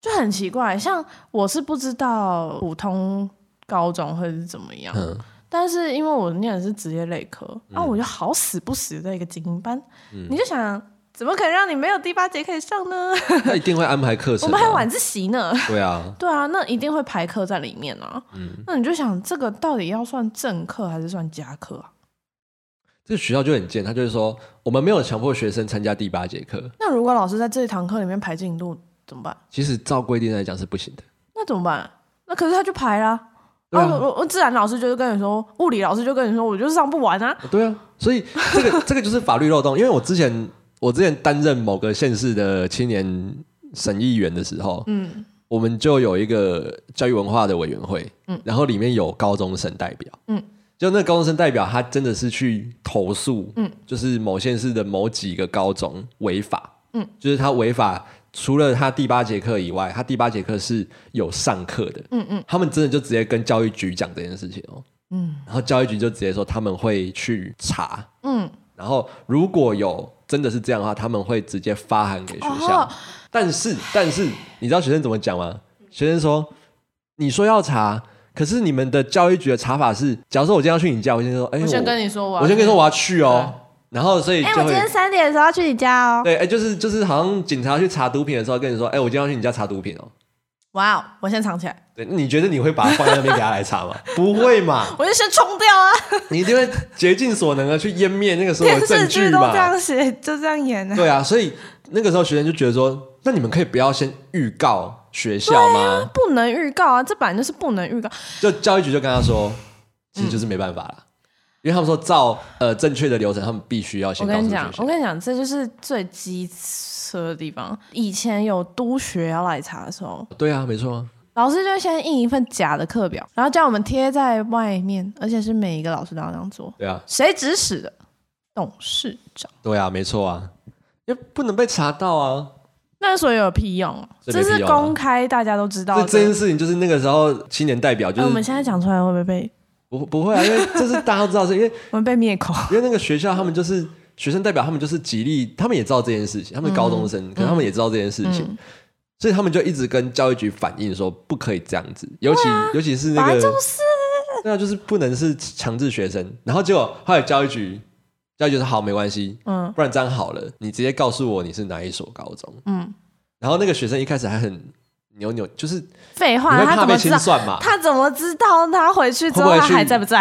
S2: 就很奇怪，像我是不知道普通高中会是怎么样，
S1: 嗯，
S2: 但是因为我念的是职业类科，啊，我就好死不死在一个精英班，
S1: 嗯
S2: 你就想怎么可能让你没有第八节可以上呢？
S1: 那一定会安排课程、啊。
S2: 我们还有晚自习呢。
S1: 对啊，
S2: 对啊，那一定会排课在里面啊。
S1: 嗯
S2: 那你就想这个到底要算正课还是算加课啊？
S1: 这学校就很贱，他就是说我们没有强迫学生参加第八节课，
S2: 那如果老师在这一堂课里面排进度怎么办？
S1: 其实照规定来讲是不行的。
S2: 那怎么办？那可是他就排啦、
S1: 对啊
S2: 然后我我自然老师就是跟你说，物理老师就跟你说，我就是上不完啊。
S1: 对啊，所以这个这个就是法律漏洞。因为我之前我之前担任某个县市的青年审议员的时候，
S2: 嗯
S1: 我们就有一个教育文化的委员会，
S2: 嗯
S1: 然后里面有高中生代表，
S2: 嗯
S1: 就那个高中生代表他真的是去投诉，
S2: 嗯
S1: 就是某县市的某几个高中违法，
S2: 嗯
S1: 就是他违法。除了他第八节课以外，他第八节课是有上课的，
S2: 嗯嗯
S1: 他们真的就直接跟教育局讲这件事情哦，
S2: 嗯
S1: 然后教育局就直接说他们会去查，
S2: 嗯，
S1: 然后如果有真的是这样的话，他们会直接发函给学校。
S2: 哦
S1: 但是，但是你知道学生怎么讲吗？学生说：“你说要查，可是你们的教育局的查法是，假如说我今天要去你家，我先说，哎、
S2: 我先跟
S1: 你，
S2: 你说，我
S1: 我
S2: 要
S1: 先跟你说我
S2: 去。
S1: 要去哦。然后所以
S2: 哎、
S1: 就
S2: 我今
S1: 会、
S2: 天三点的时候要去你家哦。
S1: 对，哎、就是就是好像警察去查毒品的时候跟你说，哎、我今天要去你家查毒品哦。
S2: 哇哦，我先藏起来，
S1: 对，你觉得你会把它放在那边给他来查 吗？不会嘛，
S2: 我就先冲掉啊。
S1: 你一定会竭尽所能的去湮灭那个时候
S2: 电
S1: 的证
S2: 视
S1: 据
S2: 剧都
S1: 嘛。
S2: 这样写，就这样演啊。
S1: 对啊，所以那个时候学生就觉得说，那你们可以不要先预告学校吗？
S2: 不能预告啊，这本来就是不能预告。
S1: 就教育局就跟他说，其实就是没办法啦，
S2: 嗯
S1: 因为他们说照呃正确的流程，他们必须要先
S2: 我
S1: 告
S2: 跟
S1: 诉
S2: 你
S1: 学
S2: 讲，我
S1: 校。
S2: 跟你讲，这就是最机车的地方。以前有督学要来查的时候，
S1: 对啊，没错啊，
S2: 老师就会先印一份假的课表，然后叫我们贴在外面，而且是每一个老师都要这样做。
S1: 对啊，
S2: 谁指使的？董事长。
S1: 对啊，没错啊，因为不能被查到啊。
S2: 那所以有屁用啊？
S1: 这没
S2: 这
S1: 屁用啊
S2: 是公开，大家都知道
S1: 这
S2: 的。
S1: 这件事情就是那个时候青年代表就
S2: 哦哎我们
S1: 是
S2: 现在讲出来会不会被
S1: 不不会啊，因为这是大家都知道的事，因为
S2: 我们被灭口？
S1: 因为那个学校他们就是学生代表，他们就是极力，他们也知道这件事情，他们是高中生，
S2: 嗯
S1: 可是他们也知道这件事情，所以他们就一直跟教育局反映说不可以这样子，尤其、尤其是 那
S2: 反
S1: 个
S2: 正啊就，是
S1: 对啊，就是不能是强制学生。然后结果后来教育局，教育局说好没关系，
S2: 嗯
S1: 不然这样好了，你直接告诉我你是哪一所高中。
S2: 嗯，
S1: 然后那个学生一开始还很扭扭，就是你
S2: 废话，
S1: 会
S2: 他
S1: 怕
S2: 怎
S1: 被
S2: 么知
S1: 清
S2: 道？
S1: 算嘛？
S2: 他怎么知道他回去之
S1: 会
S2: 后
S1: 不
S2: 他
S1: 会去
S2: 还在不在？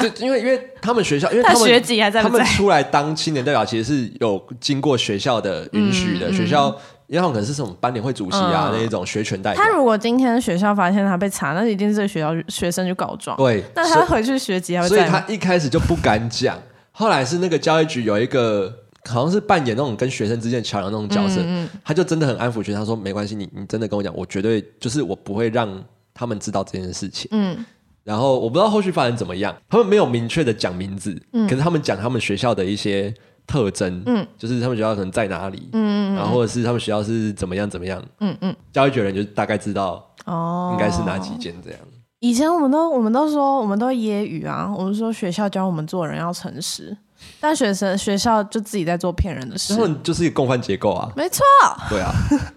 S1: 就因为因为他们学校，因为
S2: 他
S1: 们
S2: 学籍还在
S1: 他
S2: 不
S1: 们
S2: 在
S1: 出来当青年代表，其实是有经过学校的允许的，
S2: 嗯嗯
S1: 学校因为他们可能是什么班联会主席啊、
S2: 嗯
S1: 那一种学权代表
S2: 他，如果今天学校发现他被查，那一定是这个学校学生去告状。
S1: 对
S2: 那
S1: 所
S2: 他
S1: 以
S2: 回去学籍还会
S1: 哦所以
S2: 在
S1: 他
S2: 吗？
S1: 一开始就不敢讲。后来是那个教育局有一个好像是扮演那种跟学生之间的桥梁那种角色，
S2: 嗯
S1: 他就真的很安抚学生，他说没关系，你你真的跟我讲，我绝对就是我不会让他们知道这件事情。
S2: 嗯，
S1: 然后我不知道后续发展怎么样，他们没有明确的讲名字，可是他们讲他们学校的一些特征，
S2: 嗯
S1: 就是他们学校可能在哪里，
S2: 嗯
S1: 然后或者是他们学校是怎么样怎么样，
S2: 嗯嗯，
S1: 教育局的人就大概知道
S2: 哦，
S1: 应该是哪几间这样。
S2: 以前我们都我们都说我们都揶揄啊，我们说学校教我们做人要诚实，但学生学校就自己在做骗人的事
S1: 他，们就是一个共犯结构啊，
S2: 没错。
S1: 对啊，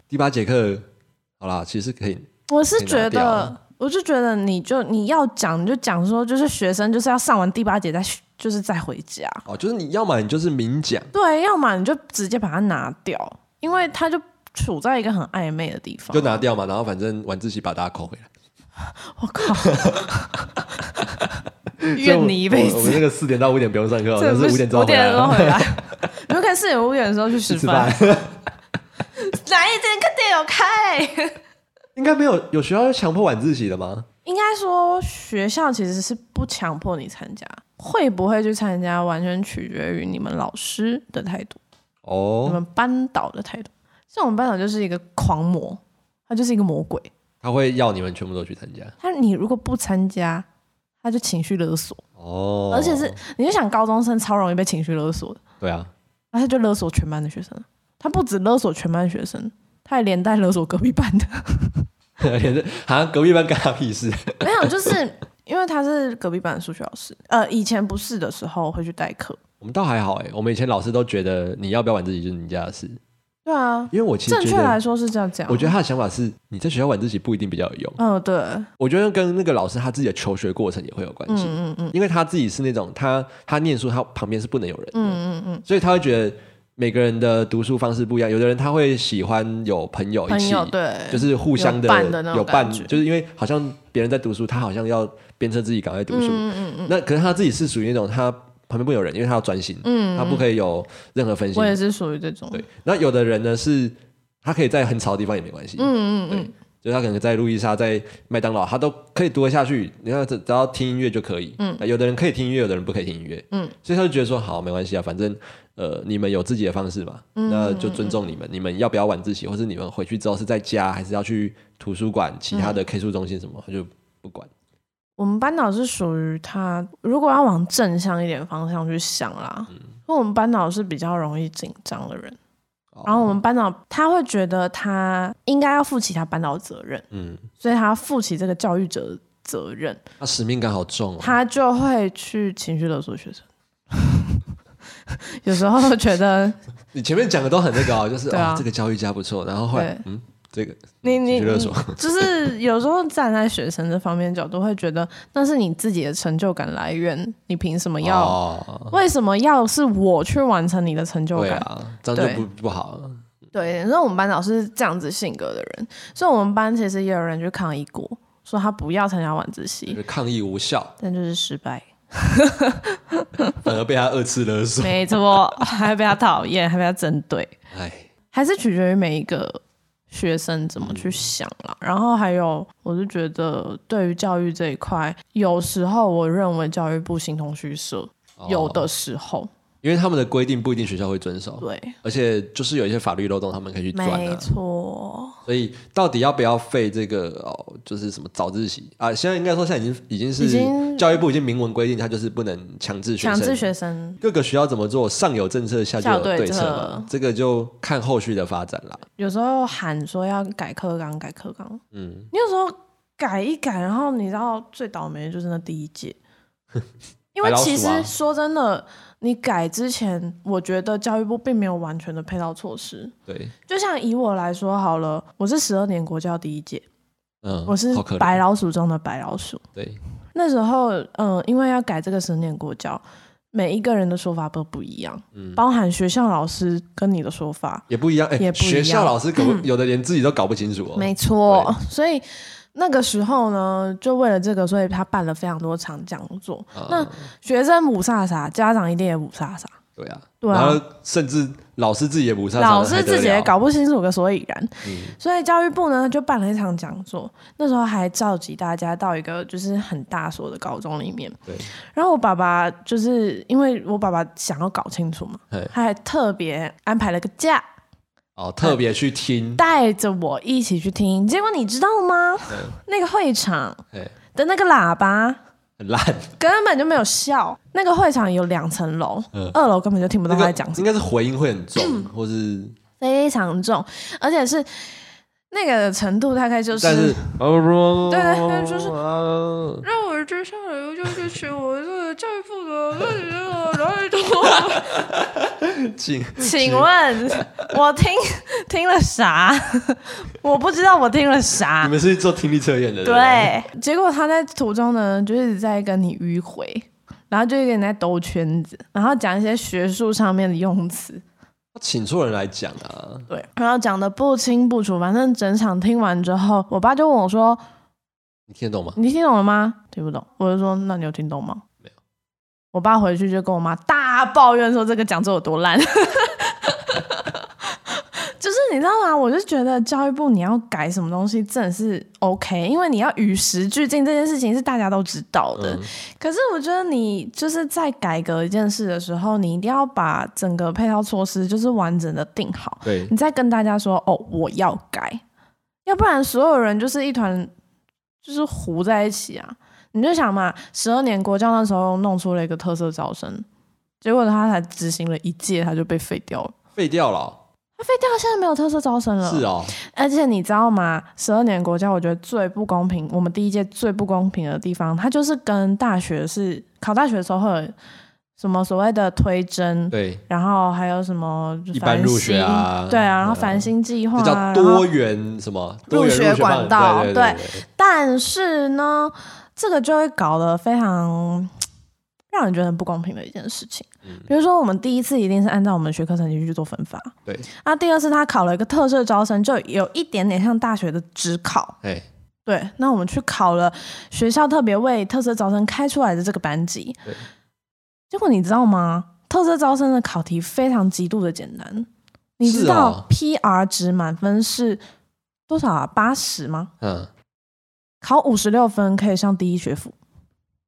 S1: 第八节课，好啦，其实可以，
S2: 我是
S1: 可以拿
S2: 觉
S1: 掉
S2: 得
S1: 啊，
S2: 我就觉得你就你要讲你就讲说，就是学生就是要上完第八节再去就是再回家，
S1: 哦，就是你要么你就是明讲，
S2: 对，要么你就直接把它拿掉，因为他就处在一个很暧昧的地方。
S1: 就拿掉嘛，然后反正晚自习把大家扣回来，
S2: 我 靠！ 怨你一
S1: 所
S2: 辈
S1: 以我我我们
S2: 子，
S1: 那个四点到五点不用上课哦，
S2: 这
S1: 但
S2: 不
S1: 是五点之后
S2: 五
S1: 回来
S2: 点钟
S1: 啊，
S2: 回来， 你们可以四点五点的时候去 吃
S1: 去吃
S2: 饭
S1: 饭。。
S2: 哪一间课店有开？
S1: 应该没有有学校强迫晚自习的吗？
S2: 应该说学校其实是不强迫你参加，会不会去参加完全取决于你们老师的态度，你
S1: 哦，
S2: 们班导的态度。像我们班导就是一个狂魔，他就是一个魔鬼。
S1: 他会要你们全部都去参加
S2: 他你如果不参加，他就情绪勒索，
S1: 哦，
S2: 而且是你就想高中生超容易被情绪勒索的，
S1: 对啊，
S2: 然后他就勒索全班的学生。他不止勒索全班学生，他还连带勒索隔壁班的。
S1: 也是好像隔壁班干他屁事
S2: 没有，就是因为他是隔壁班的数学老师，呃，以前不是的时候会去代课。
S1: 我们倒还好哎、我们以前老师都觉得你要不要晚自习就是你家的事，
S2: 对啊，
S1: 因为我其
S2: 正
S1: 实
S2: 确
S1: 觉
S2: 来
S1: 得，
S2: 说是这样讲。
S1: 我觉得，他的想法是你在学校晚自习不一定比较有用，
S2: 嗯，对，
S1: 我觉得跟那个老师他自己的求学过程也会有关系，
S2: 嗯嗯嗯
S1: 因为他自己是那种他他念书他旁边是不能有人的，
S2: 嗯嗯嗯，
S1: 所以他会觉得每个人的读书方式不一样，有的人他会喜欢有朋友一
S2: 朋
S1: 起，
S2: 友对，
S1: 就是互相的
S2: 有伴的那种
S1: 有伴
S2: 感觉
S1: 就是因为好像别人在读书，他好像要鞭策自己赶快读书。
S2: 嗯嗯嗯
S1: 那可是他自己是属于那种他旁边不能有人，因为他要专心，
S2: 嗯，
S1: 他不可以有任何分
S2: 我也
S1: 心。
S2: 是属于这种，
S1: 对，那有的人呢是他可以在很吵的地方也没关系，
S2: 嗯嗯嗯，
S1: 就是他可能在路易莎、在麦当劳，他都可以读得下去。你看，只只要听音乐就可以。嗯，有的人可以听音乐，有的人不可以听音乐。
S2: 嗯，
S1: 所以他就觉得说，好，没关系啊，反正呃，你们有自己的方式嘛，
S2: 嗯
S1: 那就尊重你们。你们要不要晚自习，或是你们回去之后是在家，还是要去图书馆、其他的 K 书中心什么，他就不管。
S2: 我们班导是属于他，如果要往正向一点方向去想啦，
S1: 嗯
S2: 因为我们班导是比较容易紧张的人，
S1: 哦
S2: 嗯然后我们班导他会觉得他应该要负起他班导的责任，
S1: 嗯，
S2: 所以他负起这个教育者的责任，
S1: 他使命感好重哦。
S2: 他就会去情绪勒索学生。 有时候 觉得
S1: 你前面讲的都很那个哦，就是
S2: 对啊
S1: 哦，这个教育家不错，然后后来
S2: 对
S1: 嗯，这个
S2: 你
S1: 情
S2: 你
S1: 绪勒索，
S2: 就是有时候站在学生这方面角度，会觉得那是你自己的成就感来源，你凭什么要？
S1: 哦
S2: 为什么要是我去完成你的成就
S1: 对
S2: 感？
S1: 啊，这样
S2: 对
S1: 就不不好了。
S2: 对，所以我们班老师是这样子性格的人，所以我们班其实也有人去抗议过，说他不要参加晚自
S1: 就
S2: 习，
S1: 是抗议无效，
S2: 但就是失败。
S1: 反而被他二次勒索。
S2: 没错，还被他讨厌，还被他针对，
S1: 哎。
S2: 还是取决于每一个学生怎么去想啦。然后还有，我是觉得对于教育这一块，有时候我认为教育部形同虚设，有的
S1: 哦，
S2: 时候，
S1: 因为他们的规定不一定学校会遵守，
S2: 对，
S1: 而且就是有一些法律漏洞，他们可以去钻
S2: 没
S1: 啊。
S2: 错，
S1: 所以到底要不要废这个哦，就是什么早自习啊？现在应该说现在已经已经
S2: 已
S1: 是
S2: 经
S1: 教育部已经明文规定，它就是不能强制学
S2: 强制
S1: 生。
S2: 学生
S1: 各个学校怎么做，上有政策，下就有
S2: 校对
S1: 对策
S2: 策
S1: 嘛，这个就看后续的发展啦。
S2: 有时候喊说要改课纲，改课纲，
S1: 嗯，
S2: 你有时候改一改，然后你知道最倒霉的就是那第一 届，因为
S1: 白老
S2: 其
S1: 鼠啊
S2: 实说真的，你改之前，我觉得教育部并没有完全的配套措施。
S1: 对，
S2: 就像以我来说好了，我是十二年国教第一届，
S1: 嗯，
S2: 我是
S1: 好可
S2: 白
S1: 怜，
S2: 老鼠中的白老鼠。
S1: 对，
S2: 那时候，嗯、因为要改这个十年国教，每一个人的说法都不一样，
S1: 嗯
S2: 包含学校老师跟你的说法，
S1: 也不一样，哎、
S2: 也不一样
S1: 学校老 师搞不有的连自己都搞不清楚哦。
S2: 没错。所以那个时候呢，就为了这个，所以他办了非常多场讲座。
S1: 啊
S2: 那学生五煞煞，家长一定也五煞煞，
S1: 对啊，
S2: 对啊
S1: 然后甚至老师自己也不擅长，
S2: 老师自己
S1: 还
S2: 也
S1: 得了，
S2: 搞不清楚个所以然，所以教育部呢就办了一场讲座，那时候还召集大家到一个就是很大所的高中里面。
S1: 对，
S2: 然后我爸爸就是因为我爸爸想要搞清楚嘛
S1: 嘿，
S2: 他还特别安排了个假，
S1: 哦，特别去听，
S2: 带着我一起去听。结果你知道吗？
S1: 嗯
S2: 那个会场
S1: 哎，
S2: 的那个喇叭
S1: 很烂，
S2: 根本就没有效，那个会场有两层楼
S1: 嗯，
S2: 二楼根本就听不到
S1: 那
S2: 他
S1: 个
S2: 在讲什么。
S1: 应该是回音会很重，或是
S2: 非常重，而且是那个程度大概就是。
S1: 但是哦，
S2: 对对就是
S1: 是
S2: 让我追上了优秀这群，我这个教育部的问题我来多。
S1: 请
S2: 请问，我听听了啥？我不知道我听了
S1: 你
S2: 啥。
S1: 们是做听力测验的，不，
S2: 对，结果他在途中呢，就一直在跟你迂回，然后就一个人在兜圈子，然后讲一些学术上面的用词，
S1: 请错人来讲啊，
S2: 对，然后讲的不清不楚。反正整场听完之后，我爸就问我说：“
S1: 你听得懂吗？
S2: 你听懂了吗？听不懂。我就说，那你有听懂吗？
S1: 没有。
S2: 我爸回去就跟我妈大抱怨说这个讲座有多 烂。就是你知道吗？我就觉得教育部你要改什么东西真的是 OK，因为你要与时俱进，这件事情是大家都知道的。
S1: 嗯，
S2: 可是我觉得你就是在改革一件事的时候，你一定要把整个配套措施就是完整的定好。
S1: 对
S2: 你，再跟大家说哦，我要改，要不然所有人就是一团就是糊在一起啊。你就想嘛，十二年国教那时候弄出了一个特色招生，结果他才执行了一届，他就被废掉了。
S1: 废掉了
S2: 他废掉，啊现在没有特色招生了。
S1: 哦，是哦，
S2: 而且你知道吗？十二年国教，我觉得最不公平，我们第一届最不公平的地方，它就是跟大学是考大学的时候会有什么所谓的推甄，
S1: 对，
S2: 然后还有什么就
S1: 一般
S2: 繁
S1: 入学
S2: 星
S1: 啊
S2: 对啊，然后
S1: 嗯
S2: 繁星计划
S1: 这
S2: 啊，
S1: 叫
S2: 然后
S1: 多元什么多元
S2: 入学
S1: 方案
S2: 管道
S1: 对
S2: 对
S1: 对对
S2: 但是呢，这个就会搞得非常让人觉得很不公平的一件事情。
S1: 嗯
S2: 比如说，我们第一次一定是按照我们的学科成绩去做分发，
S1: 对对，
S2: 那第二次他考了一个特色招生，就有一点点像大学的职考。
S1: 哎，
S2: 对，那我们去考了学校特别为特色招生开出来的这个班级
S1: 对，
S2: 结果你知道吗？特色招生的考题非常极度的简单，你知
S1: 是
S2: 道
S1: 哦
S2: PR 值满分是多少啊？八十吗？
S1: 嗯，
S2: 考五十六分可以上第一学府，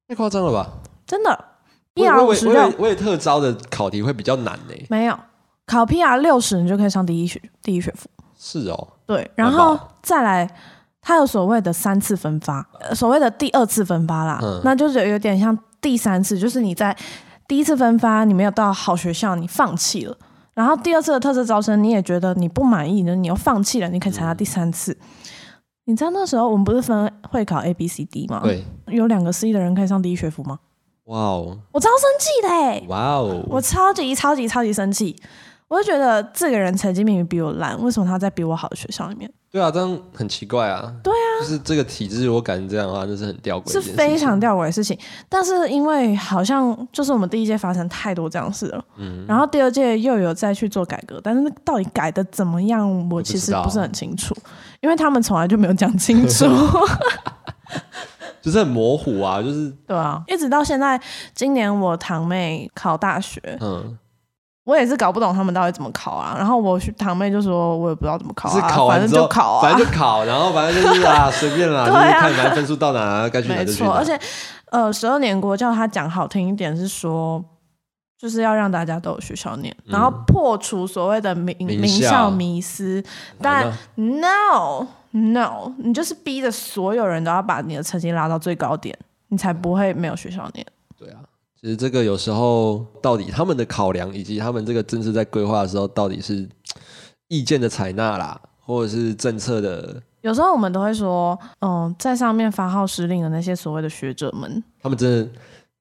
S1: 太夸张了吧？
S2: 真的。
S1: 我以
S2: PR 五
S1: 我以
S2: 十
S1: 为我以
S2: 六
S1: 为我以为特招的考题会比较难呢，
S2: 没有，考 PR 六十你就可以上第一学第一学府。
S1: 是哦，
S2: 对，然
S1: 难吧
S2: 后再来，它有所谓的三次分发，呃所谓的第二次分发啦，
S1: 嗯
S2: 那就是有点像第三次，就是你在第一次分发你没有到好学校，你放弃了。然后第二次的特色招生，你也觉得你不满意，你又放弃了，你可以参
S1: 嗯
S2: 加第三次。你知道那时候我们不是分会考 A、B、C、D 吗？，
S1: 对，
S2: 有两个 C 的人可以上第一学府吗？
S1: 哇哦，
S2: 我超生气的、欸，
S1: 哇哦，
S2: 我超级超级超级生气，我就觉得这个人成绩明明比我烂，为什么他在比我好的学校里面
S1: 对啊，这样很奇怪啊。对啊，就是这个体制，如果改成这样的话，那是很吊诡的一
S2: 是
S1: 件事情，
S2: 非常吊诡的事情？但是因为好像就是我们第一届发生太多这样的事了，
S1: 嗯
S2: 然后第二届又有再去做改革，但是到底改的怎么样，我其实
S1: 我不知道
S2: 不是很清楚，因为他们从来就没有讲 清楚，
S1: 就是很模糊啊，就是
S2: 对啊，一直到现在，今年我堂妹考大学，
S1: 嗯，
S2: 我也是搞不懂他们到底怎么考啊。然后我去堂妹就说，我也不知道怎么考、啊，
S1: 是考
S2: 反
S1: 完
S2: 正
S1: 之后
S2: 就考啊，
S1: 反正就考，然后反正就是 啊，随便啦，就
S2: 对
S1: 是
S2: 啊
S1: 看反正分数到哪该去哪
S2: 没
S1: 就去
S2: 错，
S1: 哪。
S2: 而且呃，十二年国教它讲好听一点是说，就是要让大家都有学校念，然
S1: 嗯
S2: 后破除所谓的名
S1: 名
S2: 名
S1: 校
S2: 校迷思。但 no no，你就是逼着所有人都要把你的成绩拉到最高点，你才不会没有学校念。
S1: 对啊，其实这个有时候到底他们的考量，以及他们这个政策在规划的时候，到底是意见的采纳啦，或者是政策的，
S2: 有时候我们都会说，嗯，在上面发号施令的那些所谓的学者们，
S1: 他们真的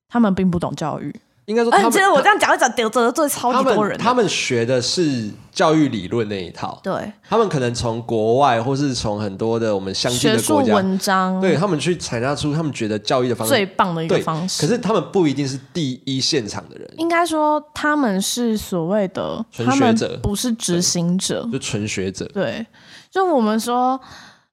S2: 他们并不懂教育。
S1: 应该说
S2: 而
S1: 他
S2: 且
S1: 们
S2: 其实我这样讲一讲，呃得得罪超
S1: 他
S2: 级多
S1: 们
S2: 人的。啊
S1: 他们学的是教育理论那一套，
S2: 对
S1: 他们可能从国外或是从很多的我们相近
S2: 学
S1: 的
S2: 术
S1: 国家，
S2: 文章
S1: 对他们去采纳出他们觉得教育的方式
S2: 最棒的一个
S1: 对
S2: 方式。
S1: 可是他们不一定是第一现场的人，
S2: 应该说他们是所谓的
S1: 纯
S2: 他
S1: 学
S2: 们
S1: 者
S2: 不是执行者。
S1: 就纯学者。
S2: 对，就我们说，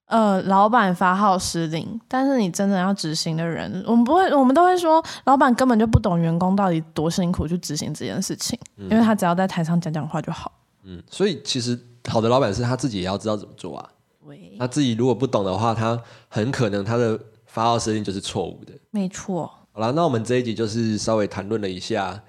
S2: 呃，老板发号施令，但是你真正要执行的人，我们不会，我们都会说，老板根本就不懂员工到底多辛苦去执行这件事情，因为他只要在台上讲讲话就好。
S1: 嗯，所以其实好的老板是他自己也要知道怎么做啊。
S2: 喂，
S1: 他自己如果不懂的话，他很可能他的发号施令就是错误的。
S2: 没错，
S1: 好啦，那我们这一集就是稍微谈论了一下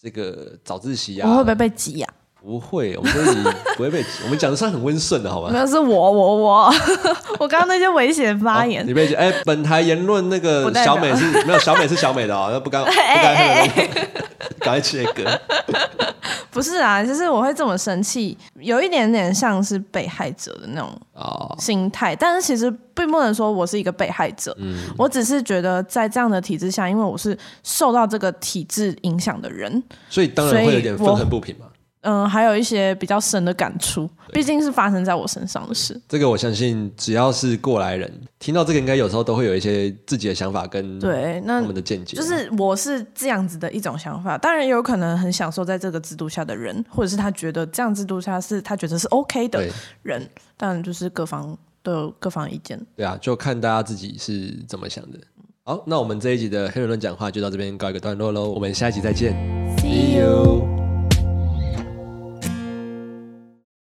S1: 这个早自习啊，
S2: 我会不会被挤 呀、
S1: 不会，我们这一集不会被挤，我们讲的算很温顺的，好吗
S2: 没？有，是我，我，我， 我刚刚那些危险发言
S1: 好你，被挤哎，本台言论那个
S2: 不代
S1: 小
S2: 表哎
S1: 美是没有小美是小美的哦，那不干不干喝的， 赶快切 割。
S2: 不是啊，就是我会这么生气，有一点点像是被害者的那种
S1: 哦，
S2: 心态，但是其实并不能说我是一个被害者，
S1: 嗯
S2: 我只是觉得在这样的体制下，因为我是受到这个体制影响的人，
S1: 所以当然会有点
S2: 所
S1: 愤
S2: 以我
S1: 恨不平嘛。
S2: 嗯，还有一些比较深的感触，毕竟是发生在我身上的事，
S1: 这个我相信，只要是过来人听到这个，应该有时候都会有一些自己的想法跟
S2: 对，
S1: 他
S2: 那
S1: 们的见解。啊
S2: 就是我是这样子的一种想法，当然也有可能很享受在这个制度下的人，或者是他觉得这样制度下是他觉得是 OK 的
S1: 对
S2: 人，但就是各方都有各方意见。
S1: 对啊，就看大家自己是怎么想的。好，那我们这一集的黑人论讲话就到这边告一个段落喽，我们下一集再见。See you。